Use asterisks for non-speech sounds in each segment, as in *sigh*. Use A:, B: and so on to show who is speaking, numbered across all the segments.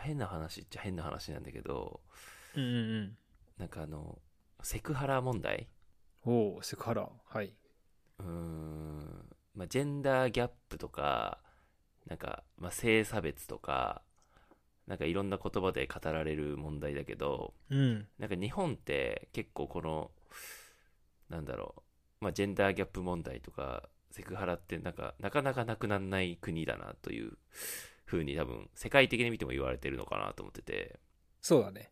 A: 変な話っちゃ変な話なんだけど、
B: うんうんうん。
A: なんかあの、セクハラ問題
B: おお、セクハラ。はい。
A: うーん、まあ、ジェンダーギャップとか、なんか、まあ、性差別とか、なんかいろんな言葉で語られる問題だけど、
B: うん。
A: なんか日本って結構この、なんだろう、まあ、ジェンダーギャップ問題とか、セクハラってなんか、なかなかなくならない国だなというふうに多分、世界的に見ても言われてるのかなと思ってて、
B: そうだね。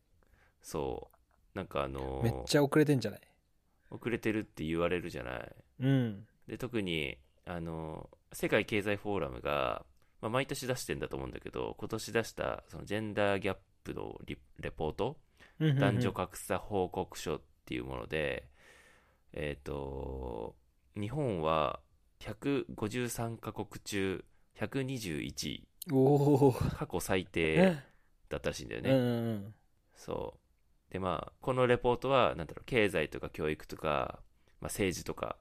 A: そう、なんかあの
B: めっちゃ遅れてんじゃない
A: 遅れてるって言われるじゃない。
B: うん。
A: で、特に、あの世界経済フォーラムが、まあ、毎年出してんだと思うんだけど、今年出した、そのジェンダーギャップのリレポート
B: うんうんうん
A: 男女。格差報告書っていうもので、えっ、と、日本は153カ国中121位、
B: おお。
A: 過去最低だったらしいんだよ
B: うんう
A: ね。
B: んうん。
A: そう。で、まあ、このレポートは、なんだろう、経済とか教育とか、まあ、政治とか、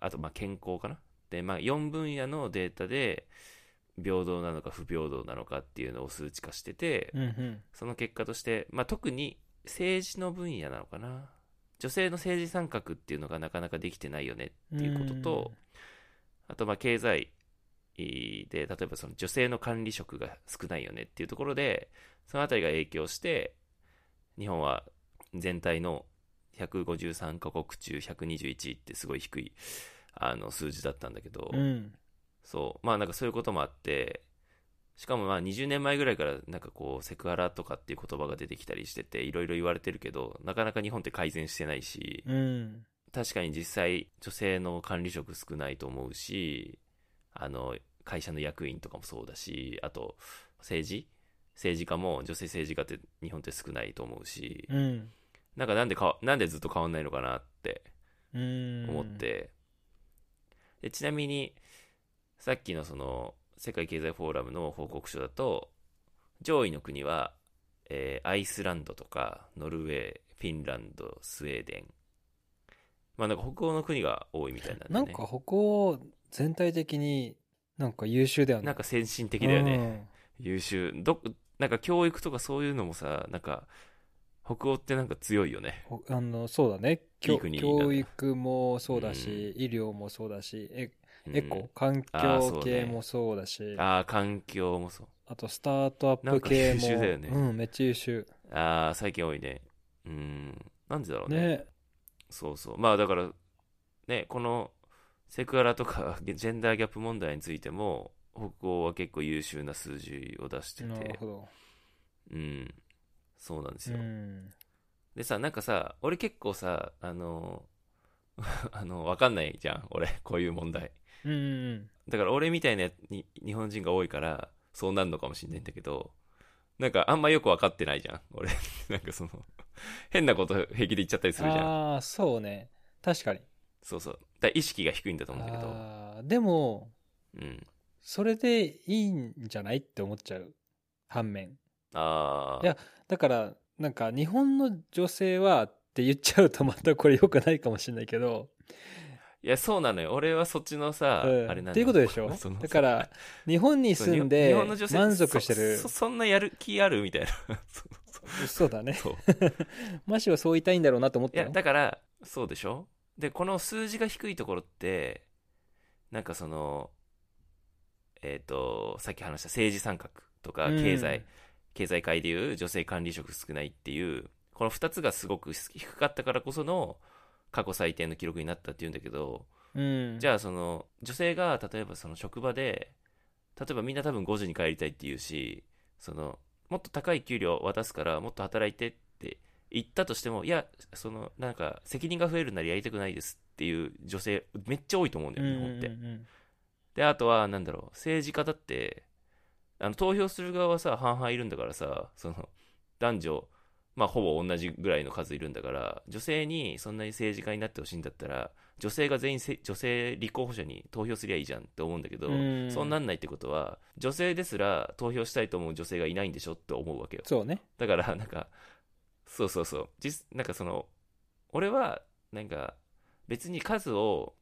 A: あと、まあ、健康かな。で、まあ、4分野のデータで、平等なのか不平等なのかっていうのを数値化してて、
B: うんうん。
A: その結果として、まあ、特に政治の分野なのかな女性の政治参画っていうのがなかなかできてないよねっていうこととあとまあ経済で例えばその女性の管理職が少ないよねっていうところでそのあたりが影響して日本は全体の153カ国中121位ってすごい低いあの数字だったんだけど、
B: うん、うん。
A: そう。まあなんかそういうこともあって、しかもまあ20年前ぐらいからなんかこうセクハラとかっていう言葉が出てきたりしてていろいろ言われてるけどなかなか日本って改善してないし
B: うん。
A: 確かに実際女性の管理職少ないと思うしあの会社の役員とかもそうだしあと政治政治家も女性政治家って日本って少ないと思うし
B: うん。
A: なんかなんでかなんでずっと変わんないのかなって
B: うん。
A: 思っ。て、でちなみにさっきのその世界経済フォーラムの報告書だと上位の国は、えーアイスランドとかノルウェーフィンランドスウェーデンまあなんか北欧の国が多いみたいなんだね
B: *laughs* なんか歩行全体的になんか優秀だよね。
A: なんか先進的
B: 的
A: だよね、優秀どなんか教育とかそういうのもさなんか北欧ってなんか強いよね
B: ほあのそうだね教
A: いい国なんだ
B: 教育もそうだし、医療もそうだしエエコ、環
A: あーそう
B: 境
A: ね
B: 系もそうだし
A: うん
B: あ
A: ああ環境もそう
B: とスタートアッ
A: なん
B: プ
A: か
B: 系
A: 優
B: も
A: 秀だよね
B: うん、めっちゃ優秀
A: ああ最近多いねうんなんでだろうね
B: ね
A: そうそう。まあだから、ね、このセクハラとか *laughs* ジェンダーギャップ問題についても、北欧は結構優秀な数字を出して
B: なる
A: て、
B: ほど、
A: うん。そうなんです
B: う
A: よ。
B: ん、
A: でさ、なんかさ、俺結構さ、あの、 *laughs* あの、わかんないじゃん、俺、こういう問題。
B: うんうん
A: だから俺みたいなやに日本人が多いから、そうなるのかもしれないんだけど、なんかあんまよくわかってないじゃん、俺。 *laughs* なんかその、変なこと平気で言っちゃったりするじゃん。
B: ああそうね確かに
A: そうそう。だから意識が低いんだと思うんだけど、
B: あーでも
A: うん。
B: それでいいんじゃないって思っちゃう反面
A: ああ。
B: いやだからなんか日本の女性はって言っちゃうとまたこれ良くないかもしれないけど
A: いや、そうなのよ。俺はそっちのさ、
B: うん
A: あれなんだ
B: っていうことでしょ
A: その
B: だから日本
A: *laughs*
B: に
A: そう日
B: 住
A: 本
B: んで
A: 日本の女性
B: 満足してる
A: そそそんなやる気あるみたいな。 *laughs* そう
B: そうだね
A: そう。
B: *laughs* マシはそう言いたいんだろうなと思っ
A: い
B: た
A: や、
B: の
A: だから、そうでしょで、この数字が低いところって、なんかその、えっ、と、さっき話した政治参画とか、経済、経済界でいう女性管理職少ないっていう、この2つがすごく低かったからこその、過去最低の記録になったっていうんだけど、
B: うん、うん
A: じゃあその女性が例えばその職場で例えばみんな多分5時に帰りたいって言うしそのもっと高い給料渡すからもっと働いてって言ったとしてもいやそのなんか責任が増えるならやりたくないですっていう女性めっちゃ多いと思うんだ
B: うん
A: よ
B: う
A: 日
B: ん
A: 本って。
B: うん
A: であとはなんだろう政治家だってあの投票する側はさ半々いるんだからさその男女まあほぼ同じぐらいの数いるんだから女性にそんなに政治家になってほしいんだったら女性が全員せ女性立候補者に投票すりゃいいじゃんって思うんだけど、
B: うん
A: そうなんないってことは女性ですら投票したいと思う女性がいないんでしょって思うわけよ
B: そうね
A: だからなんかそうそうそう実なんかその俺はなんか別に数を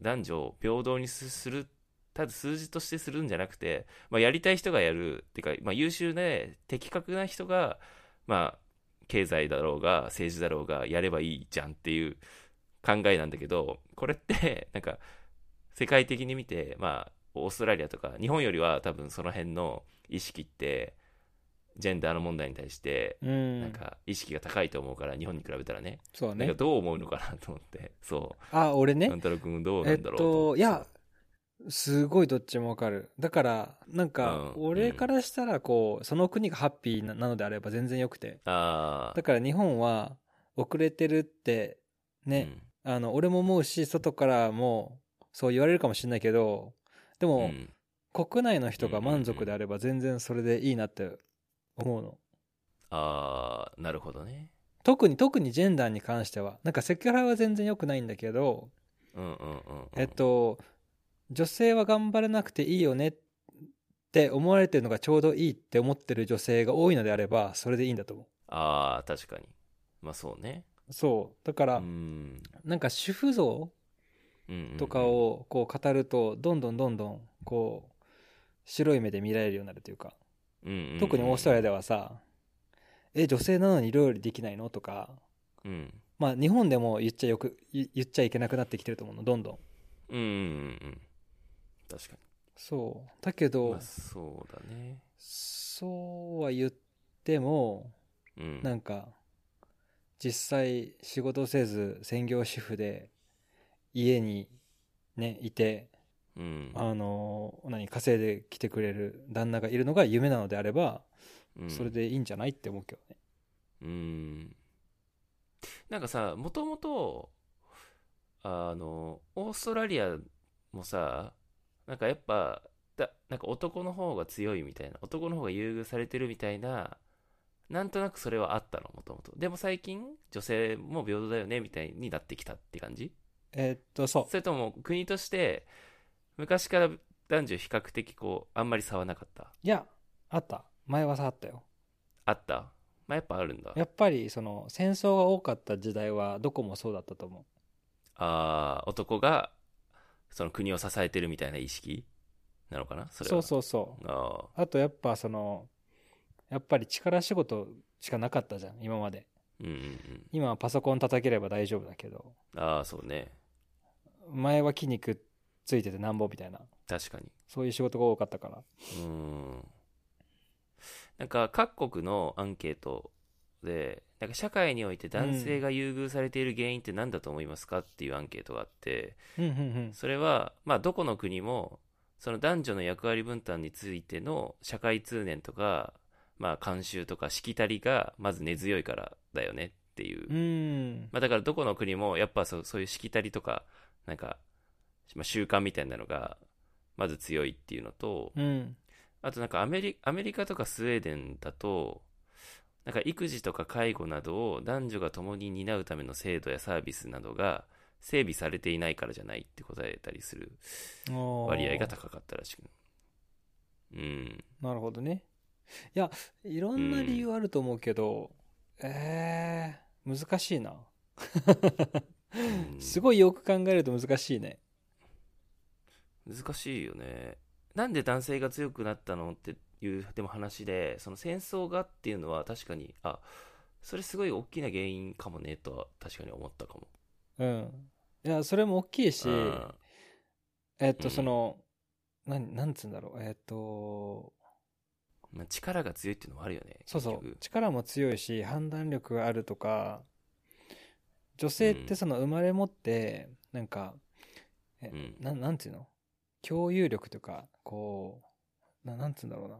A: 男女を平等にすするっただ数字としてするんじゃなくて、まあ、やりたい人がやるっていうか、まあ、優秀で的確な人が、まあ、経済だろうが政治だろうがやればいいじゃんっていう考えなんだけどこれって *laughs* なんか世界的に見て、まあ、オーストラリアとか日本よりは多分その辺の意識ってジェンダーの問題に対して
B: うん
A: なんか意識が高いと思うから日本に比べたらね
B: そう
A: なんか
B: ね
A: どう思うのかなと思って *laughs* そ
B: あ俺
A: う
B: ね
A: なんたら君どう
B: え
A: な
B: っ
A: んだろうと思
B: と
A: っ
B: い
A: て
B: やすごいどっちもわかるだからなんか
A: うん
B: 俺からしたらこうその国がハッピーななのであれば全然よくて
A: あ
B: だから日本は遅れてるって
A: あ、
B: ね、あの俺も思うし外からもそう言われるかもしれないけどで
A: うんう
B: も、
A: ん
B: 国内の人が満足であれば全然それでいいなって思うの
A: ああなるほどね
B: 特に特にジェンダーに関してはなんかセクハラは全然良くないんだけど、
A: うんうんうんうん
B: えっと女性は頑張らなくていいよねって思われてるのがちょうどいいって思ってる女性が多いのであればそれでいいんだと思
A: ああ確かにまあそうね
B: うそうだから、
A: うん
B: なんか主婦像
A: うんうんうん
B: とかをこう語るとどんどんどんどんこう白い目で見られるようになるというか
A: うんうんうん
B: 特にオーストラリアではさ「え女性なのに料理できないの?」とか
A: うん
B: まあ日本でも言っちゃよく言言っちゃいけなくなってきてると思うのどんどん
A: うんうんうんうん確か
B: そうだけ
A: に
B: ど、
A: まあそうだね
B: そうは言っても
A: うん
B: なんか実際仕事せず専業主婦で家にねいて
A: うん
B: あの何稼いできてくれる旦那がいるのが夢なのであれば
A: うん
B: それでいいんじゃないって思うけどね
A: うんなんかさもともとあのオーストラリアもさなんかやっぱだなんか男の方が強いみたいな男の方が優遇されてるみたいななんとなくそれはあったのもともとでも最近女性も平等だよねみたいになってきたって感じ
B: えーっとそ
A: それとも国として昔から男女比較的こうあんまり差はなかった
B: ういやあった前はさあったよ
A: あったまあやっぱあるんだ
B: やっぱりその戦争が多かった時代はどこもそうだったと思う
A: あー男がその国を支えてるみたいな意識なのかなそれ
B: そう
A: はう
B: そうそう
A: あ
B: あとやっぱそのやっぱり力仕事しかなかったじゃん今まで
A: ーうんうんうん
B: 今はパソコン叩ければ大丈夫だけど
A: ああそうね
B: 前は筋肉ついててなんぼみたいな
A: 確かに
B: そういう仕事が多かったから
A: うーんなんか各国のアンケートでなんか社会において男性が優遇されている原因って何だと思いますかっていうアンケートがあって、
B: うんうんうん
A: それは、まあ、どこの国もその男女の役割分担についての社会通念とか、まあ、慣習とかしきたりがまず根強いからだよねっていう、
B: うん
A: まあ、だからどこの国もやっぱそうそういうしきたりとかなんか、まあ、習慣みたいなのがまず強いっていうのと、
B: うん
A: あとなんかアメリアメリカとかスウェーデンだとなんか育児とか介護などを男女が共に担うための制度やサービスなどが整備されていないからじゃないって答えたりする割合が高かったらしくうん
B: なるほどねいやいろんな理由あると思うけど、えー、難しいな
A: うん
B: すごいよく考えると難しいね
A: 難しいよねなんで男性が強くなったのっていうでも話でその戦争がっていうのは確かにあそれすごい大きな原因かもねとは確かに思ったかも
B: うんいやそれも大きいし
A: うん
B: えっ
A: う
B: と
A: ん
B: その、なんなんつうんだろうえっと
A: まあ力が強いっていうのもあるよね
B: そうそ
A: 結
B: う
A: 局
B: 力も強いし判断力があるとか女性ってその生まれ持ってなんか、え
A: うん
B: なんなんつうの共有力とかこうななんつうんだろうな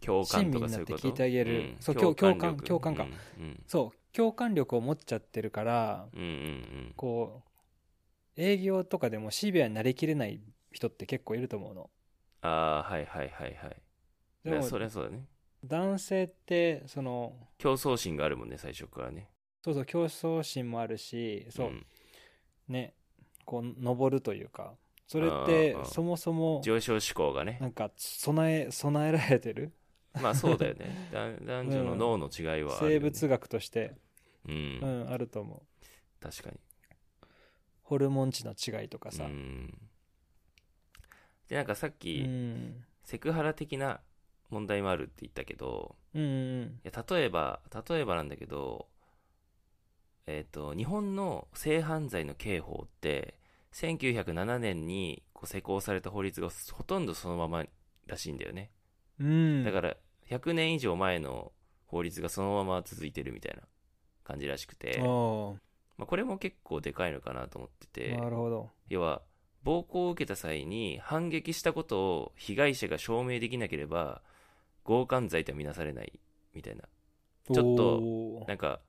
A: 共感とかそういうこと
B: 親身になって聞いてあげるそう共感共感か
A: うん
B: そう共感力を持っちゃってるから
A: うんうんうん
B: こう営業とかでもシビアになりきれない人って結構いると思うの
A: ああはいはいはいはいいや
B: でも
A: それはそうだね
B: 男性ってその
A: 競争心があるもんね最初からね
B: そうそう競争心もあるしそう、
A: ん
B: ねこう登るというかそれって
A: あー
B: そもそも
A: 上昇志向がね
B: なんか備え備えられてる
A: まあそうだよ
B: *laughs*
A: ね男男女の脳の違いはある
B: 生
A: よね、
B: 物学として、
A: うん、
B: うん、あると思う
A: 確かに
B: ホルモン値の違いとかさ、
A: うんで、なんかさっ
B: う
A: き、
B: ん
A: セクハラ的な問題もあるって言ったけど、
B: うんうん
A: いや例えば、例えばなんだけど、えっ、と、日本の性犯罪の刑法って、1907年にこう施行された法律がほとんどそのままらしいんだよね。
B: うん
A: だから、100年以上前の法律がそのまま続いてるみたいな感じらしくて、
B: おー
A: まあ、これも結構でかいのかなと思ってて、
B: なるほど
A: 要は暴行を受けた際に反撃したことを被害者が証明できなければ強姦罪とは見なされないみたいなちょっと
B: おー
A: なんか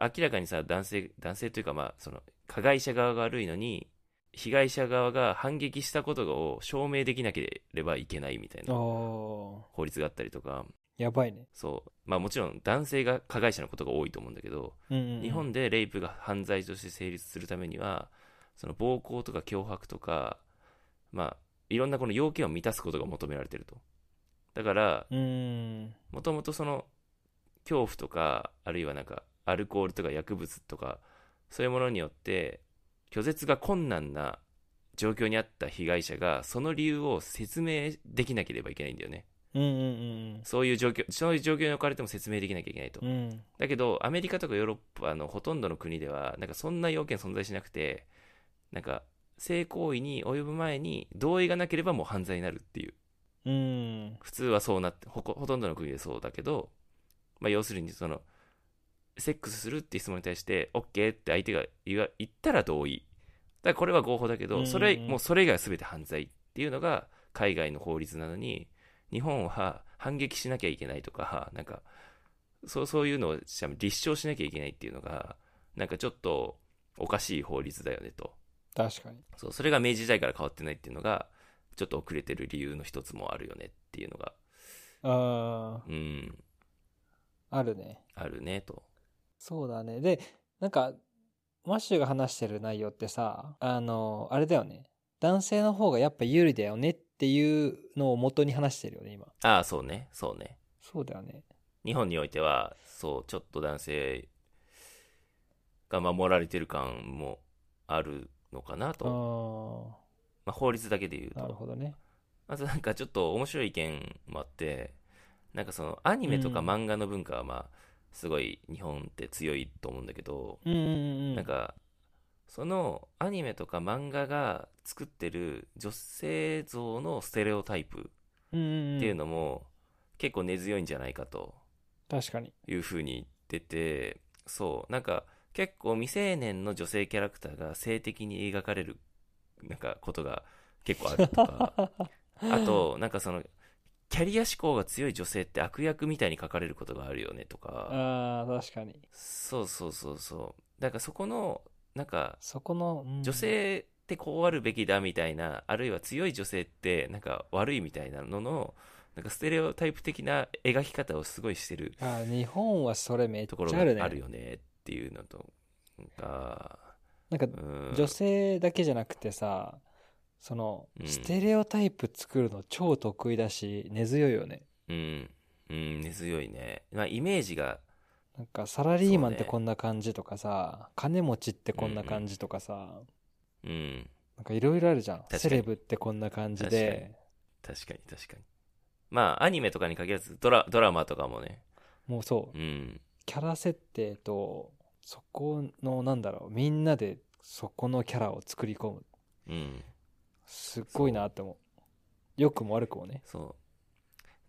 A: 明らかにさ男性男性というかまあその加害者側が悪いのに被害者側が反撃したことを証明できなければいけないみたいな
B: あ
A: 法律があったりとか
B: ーやばいね、
A: そうまあもちろん男性が加害者のことが多いと思うんだけど
B: うんうんうん
A: 日本でレイプが犯罪として成立するためにはその暴行とか脅迫とかまあいろんなこの要件を満たすことが求められてるとだから
B: うん
A: もともとその恐怖とかあるいはなんかアルコールとか薬物とかそういうものによって拒絶が困難な状況にあった被害者がその理由を説明できなければいけないんだよね
B: うんうん
A: そういう状況そういう状況に置かれても説明できなきゃいけないと
B: うんうん
A: だけどアメリカとかヨーロッパのほとんどの国ではなんかそんな要件存在しなくてなんか性行為に及ぶ前に同意がなければもう犯罪になるっていう
B: うん
A: 普通はそうなってほこほとんどの国でそうだけど、まあ、要するにそのセックスするっていう質問に対して OK って相手が言わ言ったら同意だからこれは合法だけ
B: うんうん
A: ど
B: うん
A: それもうそれ以外は全て犯罪っていうのが海外の法律なのに日本は反撃しなきゃいけないとかなんかそうそういうのを立証しなきゃいけないっていうのがなんかちょっとおかしい法律だよねと
B: 確かに
A: そうそれが明治時代から変わってないっていうのがちょっと遅れてる理由の一つもあるよねっていうのが
B: あ
A: うん、
B: ああるね
A: あるねと。
B: そうだねでなんかマッシュが話してる内容ってさあのあれだよね男性の方がやっぱ有利だよねっていうのを元に話してるよね今
A: ああ、そうね、そうね。
B: そうだよね
A: 日本においては、そう、ちょっと男性が守られてる感もあるのかな
B: あ
A: と。
B: ー
A: まあ、法律だけで言う
B: なる
A: と。
B: ほどね
A: あとなんかちょっと面白い意見もあって、なんかそのアニメとか
B: うん
A: 漫画の文化はまあ、すごい日本って強いと思うんだけど、
B: うんうんうん
A: なんか、そのアニメとか漫画が作ってる女性像のステレオタイプ
B: うんうんうん
A: っていうのも結構根強いんじゃないかと
B: 確かに
A: いうふうに言っててそうなんか結構未成年の女性キャラクターが性的に描かれるなんかことが結構あると
B: *laughs*
A: かあとなんかそのキャリア志向が強い女性って悪役みたいに書かれることがあるよねとか
B: あー確かに
A: そうそうそうそうだからそこのなんか
B: そこの、うん
A: 女性ってこうあるべきだみたいなあるいは強い女性ってなんか悪いみたいなののなんかステレオタイプ的な描き方をすごいしてる
B: あー日本はそれめっち
A: ところ
B: ゃ
A: が
B: あるね
A: あるよねっていうのとなんか
B: なんか
A: うん
B: 女性だけじゃなくてさその、
A: うん
B: ステレオタイプ作るの超得意だし根強いよね
A: うん、うん、根強いね、まあ、イメージが
B: なんかサラリーマンって
A: そうね
B: こんな感じとかさ、金持ちってこんな感じとかさ、
A: うん
B: なんかいろいろあるじゃん
A: かに
B: セレブってこんな感じで
A: 確かに確かにまあアニメとかに限らずドラドラマとかもね
B: もうそう
A: うん
B: キャラ設定とそこのなんだろうみんなでそこのキャラを作り込む
A: うん
B: すっごいなって思う良くも悪くもね
A: そ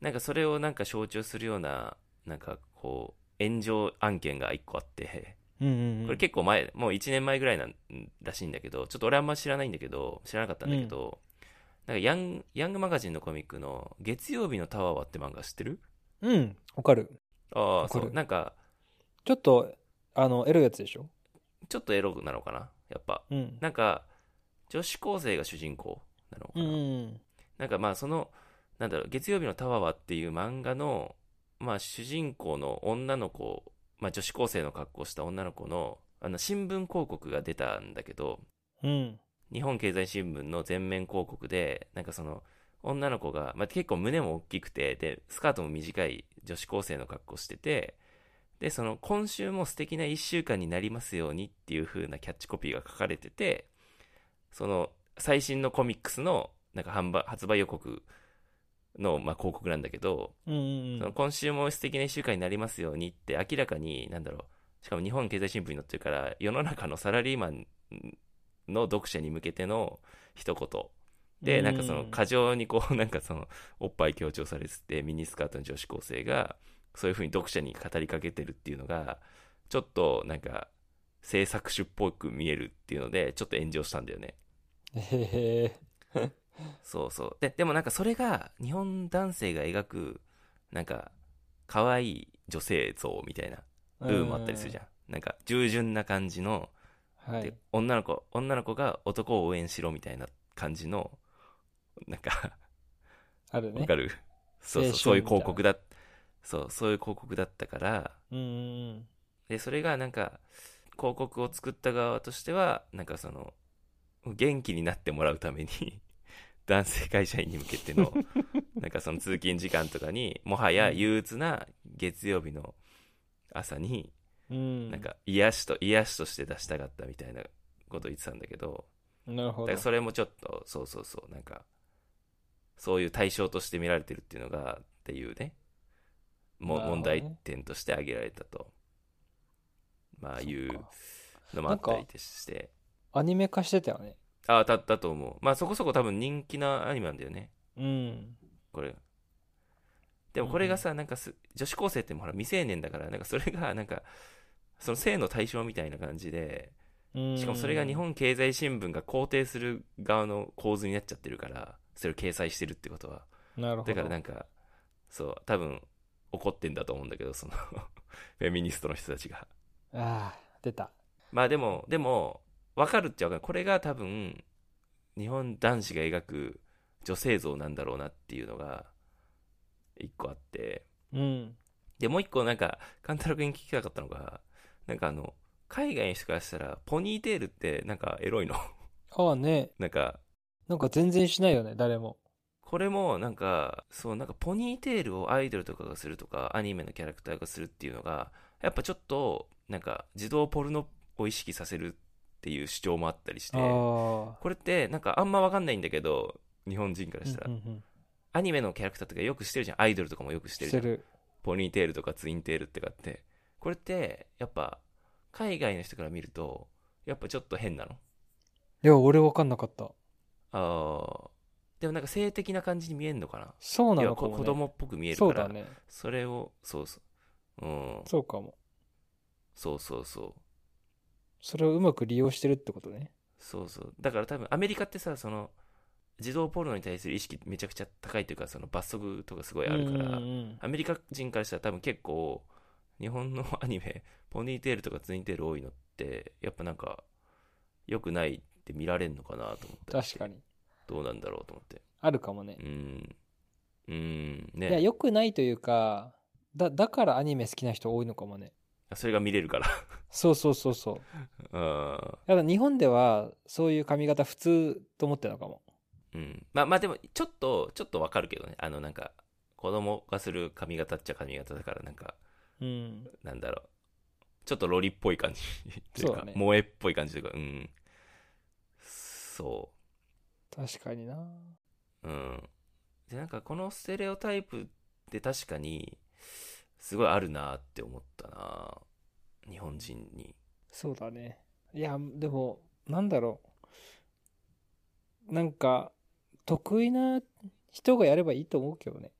A: うなんかそれをなんか象徴するようななんかこう炎上案件が一個あって
B: うんうん、うん、
A: これ結構前、もう1年前ぐらいなんらしいんだけど、ちょっと俺あんま知らないんだけど、知らなかったんだけど、なんかヤンヤングマガジンのコミックの月曜日のタワーはって漫画知ってる
B: うんわかる
A: あ
B: わ
A: あ、
B: かる
A: そう。なんか、
B: ちょっとあのエロいやつでしょ
A: ちょっとエロなのかなやっぱ。
B: うん
A: なんか、女子高生が主人公なのか
B: う
A: な、
B: ん
A: なんかまあその、なんだろう、月曜日のタワーはっていう漫画の、まあ主人公の女の子、まあ女子高生の格好した女の子の、あの新聞広告が出たんだけど、
B: うん
A: 日本経済新聞の全面広告で、なんかその、女の子が、まあ、結構胸も大きくて、で、スカートも短い女子高生の格好してて、で、その、今週も素敵な一週間になりますようにっていう風なキャッチコピーが書かれてて、その、最新のコミックスの、なんか販売発売予告の、まあ、広告なんだけど、
B: うんうん
A: そ
B: うん
A: の今週も素敵な1週間になりますようにって明らかになんだろうしかも日本経済新聞に載ってるから世の中のサラリーマンの読者に向けての一言でなんかその過剰にこうなんかそのおっぱい強調されててミニスカートの女子高生がそういう風に読者に語りかけてるっていうのがちょっとなんか制作主っぽく見えるっていうのでちょっと炎上したんだよね
B: うんへえ
A: そうそうででもなんかそれが日本男性が描くなんか可愛い女性像みたいなブームあったりするじゃん、なんか従順な感じの、
B: ゃん、はい
A: で、女の子女の子が男を応援しろみたいな感じのなんか
B: あるね
A: わかるそうそう
B: 青春
A: そういう
B: みたいな
A: 広告だそうそういう広告だったから
B: うんうんうん
A: でそれがなんか広告を作った側としてはなんかその元気になってもらうために *laughs* 男性会社員に向けて
B: *laughs*
A: のなんかその通勤時間とかにもはや憂鬱な月曜日の朝に
B: うん
A: なんか癒しと癒しとして出したかったみたいなこと言ってたんだけど
B: なるほ
A: だ
B: ど
A: からそれもちょっとそうそうそうなんかそういう対象として見られてるっていうのがっていうねも
B: なるほ
A: 問
B: どね
A: 題点として挙げられたとまあ
B: そっか
A: いうのもあったりでして
B: アニメ化してたよね
A: ああだったと思うまあそこそこ多分人気なアニメなんだよね
B: うん
A: これでもこれがさ、なんかす女子高生ってもうほら未成年だからなんかそれがなんかその性の対象みたいな感じで
B: うん
A: しかもそれが日本経済新聞が肯定する側の構図になっちゃってるからそれを掲載してるってことは
B: なるほど
A: だからなんかそう多分怒ってんだと思うんだけどその *laughs* フェミニストの人たちが
B: ああ出た
A: まあでもでも分かるっちゃ分かるこれが多分日本男子が描く女性像なんだろうなっていうのが一個あって
B: うん
A: でもう一個なんか勘太郎君に聞きたかったのがなんかあの海外の人からしたらポニーテールってなんかエロいの *laughs*
B: ああね
A: なんか
B: なんか全然しないよね誰も
A: これもなんかそうなんかポニーテールをアイドルとかがするとかアニメのキャラクターがするっていうのがやっぱちょっとなんか児童ポルノを意識させるっていう主張もあったりして
B: ああ
A: これってなんかあんま分かんないんだけど日本人からしたら、
B: うんうんうん
A: アニメのキャラクターとかよくしてるじゃんアイドルとかもよくしてる
B: し
A: じゃ
B: て
A: ん
B: る
A: ポニーテールとかツインテールってかってこれってやっぱ海外の人から見るとやっぱちょっと変なの
B: いや俺分かんなかった
A: あーでもなんか性的な感じに見えるのかな
B: そうない
A: や
B: のか
A: こ
B: も、ね、
A: 子供っぽく見えるか
B: そう
A: ら
B: だね
A: それをそうそううん
B: そうかも
A: そうそうそう
B: それをうまく利用してるってことね
A: そうそうだから多分アメリカってさその児童ポルノに対する意識めちゃくちゃ高いというかその罰則とかすごいあるから
B: うんうん
A: アメリカ人からしたら多分結構日本のアニメポニーテールとかツインテール多いのってやっぱなんか良くないって見られんのかなと思って
B: うん確かに
A: どうなんだろうと思って
B: あるかもね
A: う、んうんね
B: いやよくないというかだだからアニメ好きな人多いのかもね
A: それが見れるから *laughs*
B: そうそうそうそう
A: うん
B: だから日本ではそういう髪型普通と思ってるのかも
A: うん、まあまあでもちょっとちょっとわかるけどねあのなんか子供がする髪型っちゃ髪型だからなんか
B: うん
A: なんだろうちょっとロリっぽい感じ *laughs* という
B: そう
A: か
B: だね
A: 萌えっぽい感じというかうんそ
B: 確かにな
A: ううんでなんかこのステレオタイプって確かにすごいあるなって思ったな日本人に
B: そうだねいやでもなんだろうなんか得意な人がやればいいと思うけどね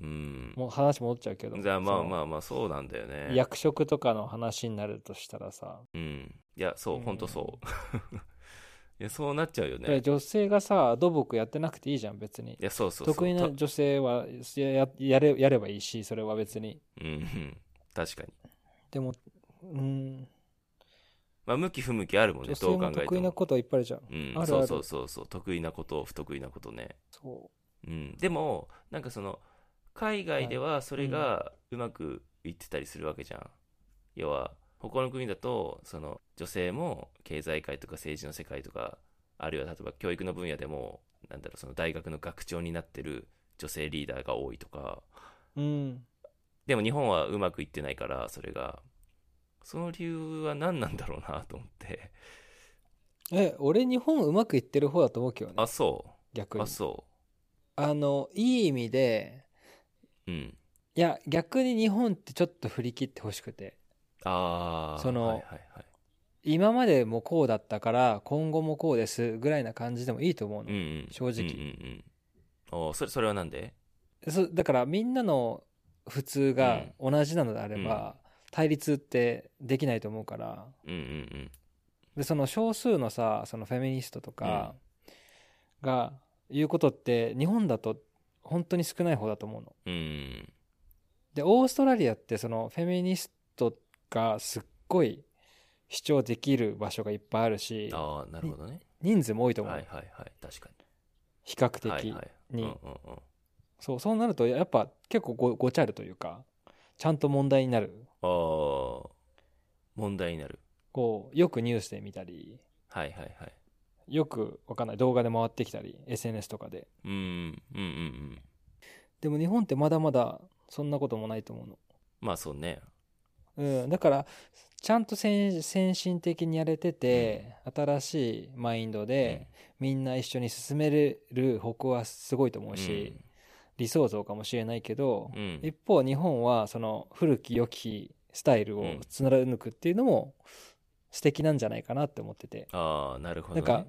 A: うん
B: もう話戻っちゃうけど
A: じゃあまあ
B: その
A: まあまあそうなんだよね
B: 役職とかの話になるとしたらさ、
A: うんいやそう
B: うん
A: ほんとそう *laughs* いやそうなっちゃうよ
B: だから
A: ね
B: 女性がさ土木やってなくていいじゃん別に
A: いやそうそうそう
B: 得意な女性はやややれやればいいしそれは別に
A: うんうん、確かに。
B: でもうん
A: まあ、向き不向きあるもんね
B: 女、性
A: どう考
B: も
A: えても。
B: 得意なことはいっぱいあるじゃん
A: うん、
B: ある
A: そ
B: あ
A: う
B: る
A: そうそうそう、得意なこと、不得意なことね。
B: そ
A: うん、でも、なんかその、海外ではそれがうまくいってたりするわけじゃん。要は、他の国だと、その、女性も経済界とか政治の世界とか、あるいは例えば教育の分野でも、なんだろう、その大学の学長になってる女性リーダーが多いとか、
B: ううん
A: でも日本はうまくいってないから、それが、その理由は何なんだ
B: *laughs*
A: ろうなと思って。
B: え俺日本うまくいってる方だと思うけどね
A: あ、そ
B: 逆に
A: あ、そ
B: あのいい意味で
A: う。うん。
B: いや逆に日本ってちょっと振り切ってほしくて
A: ああ、
B: その
A: はいはいはい。
B: 今までもこうだったから今後もこうですぐらいな感じでもいいと思うの、
A: うんうん、
B: 正直
A: うんうんうん、おーそれそれはなんで
B: そだからみんなの普通が同じなのであれば、対立ってできないと思うから
A: うんうんうん
B: でその少数のさそのフェミニストとかが言うことって日本だと本当に少ない方だと思うの。
A: うんうん
B: でオーストラリアってそのフェミニストがすっごい主張できる場所がいっぱいあるし
A: ああなるほどね
B: 人数も多いと思う、
A: はいはいはい確か
B: 比較
A: に
B: 的、
A: はいはい
B: に
A: うんうんうん
B: そうそうなるとやっぱ結構ごごちゃるというかちゃんと問題になる
A: ああ問題になる
B: こうよくニュースで見たり
A: はいはいはい
B: よくわかんない動画で回ってきたり SNS とかで
A: うんうんうんうん
B: でも日本ってまだまだそんなこともないと思うの
A: まあそうね
B: うん、だからちゃんと先先進的にやれてて、新しいマインドで、みんな一緒に進めれる方向はすごいと思うし、理想像かもしれないけど
A: う、んうん
B: 一方日本はその古き良きスタイル
A: う
B: を
A: ん
B: 貫くっていうのも素敵なんじゃないかなって思ってて、
A: ああなるほど
B: なん
A: ね
B: か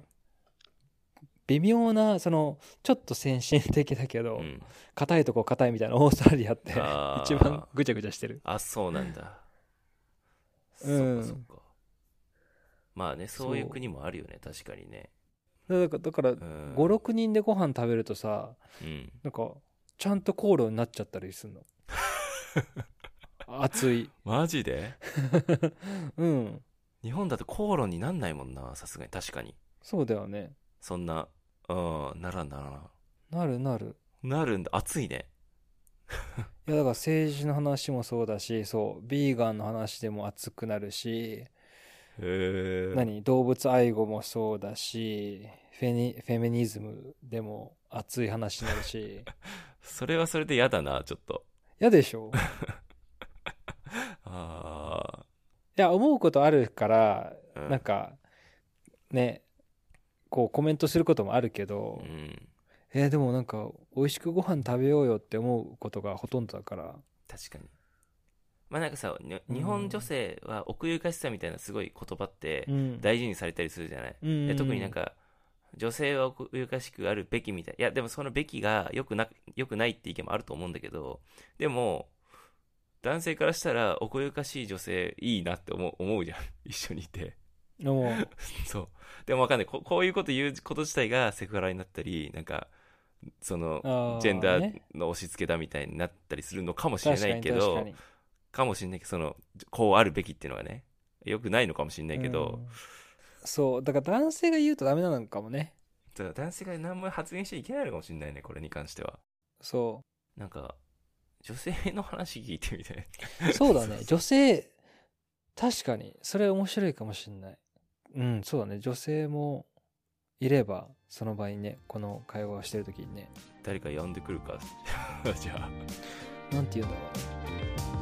B: 微妙なそのちょっと先進的だけど、
A: うん
B: 硬いとこ硬いみたいなオーストラリアって
A: あー
B: 一番ぐちゃぐちゃしてる。
A: あそうなんだ
B: う
A: そっ
B: ん
A: かそっかまあねそうい
B: そう
A: う国もあるよね確かにね
B: だからだから
A: うん
B: 56人でご飯食べるとさ
A: うん
B: なんかちゃんと口論になっちゃったり
A: *laughs*
B: するの熱い *laughs*
A: マジで
B: うん
A: 日本だと口論になんないもんなさすがに確かに
B: そうだよね
A: そんなうんならんならん
B: なるなる
A: なるんだ熱いね
B: いやだから政治の話もそうだしそうビーガンの話でも熱くなるし
A: へえ
B: 何動物愛護もそうだしフェニフェミニズムでも熱い話になる
A: *laughs*
B: し
A: それはそれで嫌だなちょっと
B: 嫌でしょ
A: あ
B: いや思うことあるから
A: あ
B: なんかねこうコメントすることもあるけど、
A: うん
B: えーでもなんか美味しくご飯食べようよって思うことがほとんどだから
A: 確かにまあなんかさに
B: うん
A: 日本女性は奥ゆかしさみたいなすごい言葉って
B: うん
A: 大事にされたりするじゃない、
B: うん
A: で特になんか女性は奥ゆかしくあるべきみたいいやでもそのべきがよくなよくないって意見もあると思うんだけどでも男性からしたら奥ゆかしい女性いいなって思う思うじゃん *laughs* 一緒にいて
B: もう
A: そうでもわかんないここういうこと言うこと自体がセクハラになったりなんかその
B: あ
A: ジェンダー
B: ね
A: の押し付けだみたいになったりするのかもしれ
B: 確
A: な
B: か
A: い
B: に
A: け
B: 確
A: ど
B: か
A: か
B: に
A: もしれないけどそのこうあるべきっていうのがねよくないのかもしれないけど
B: うん、そうだから男性が言うとダメなのかもね
A: だから男性が何も発言しちゃいけないのかもしれないねこれに関しては
B: そ
A: なんか女性の話聞いてみたい
B: うそうだね女性確かにそれ面白いかもしんないうんそうだね女性もいればその場にねこの会話をしてる時にね
A: 誰か呼んでくるか *laughs* じゃあ
B: なんて言うんだろうね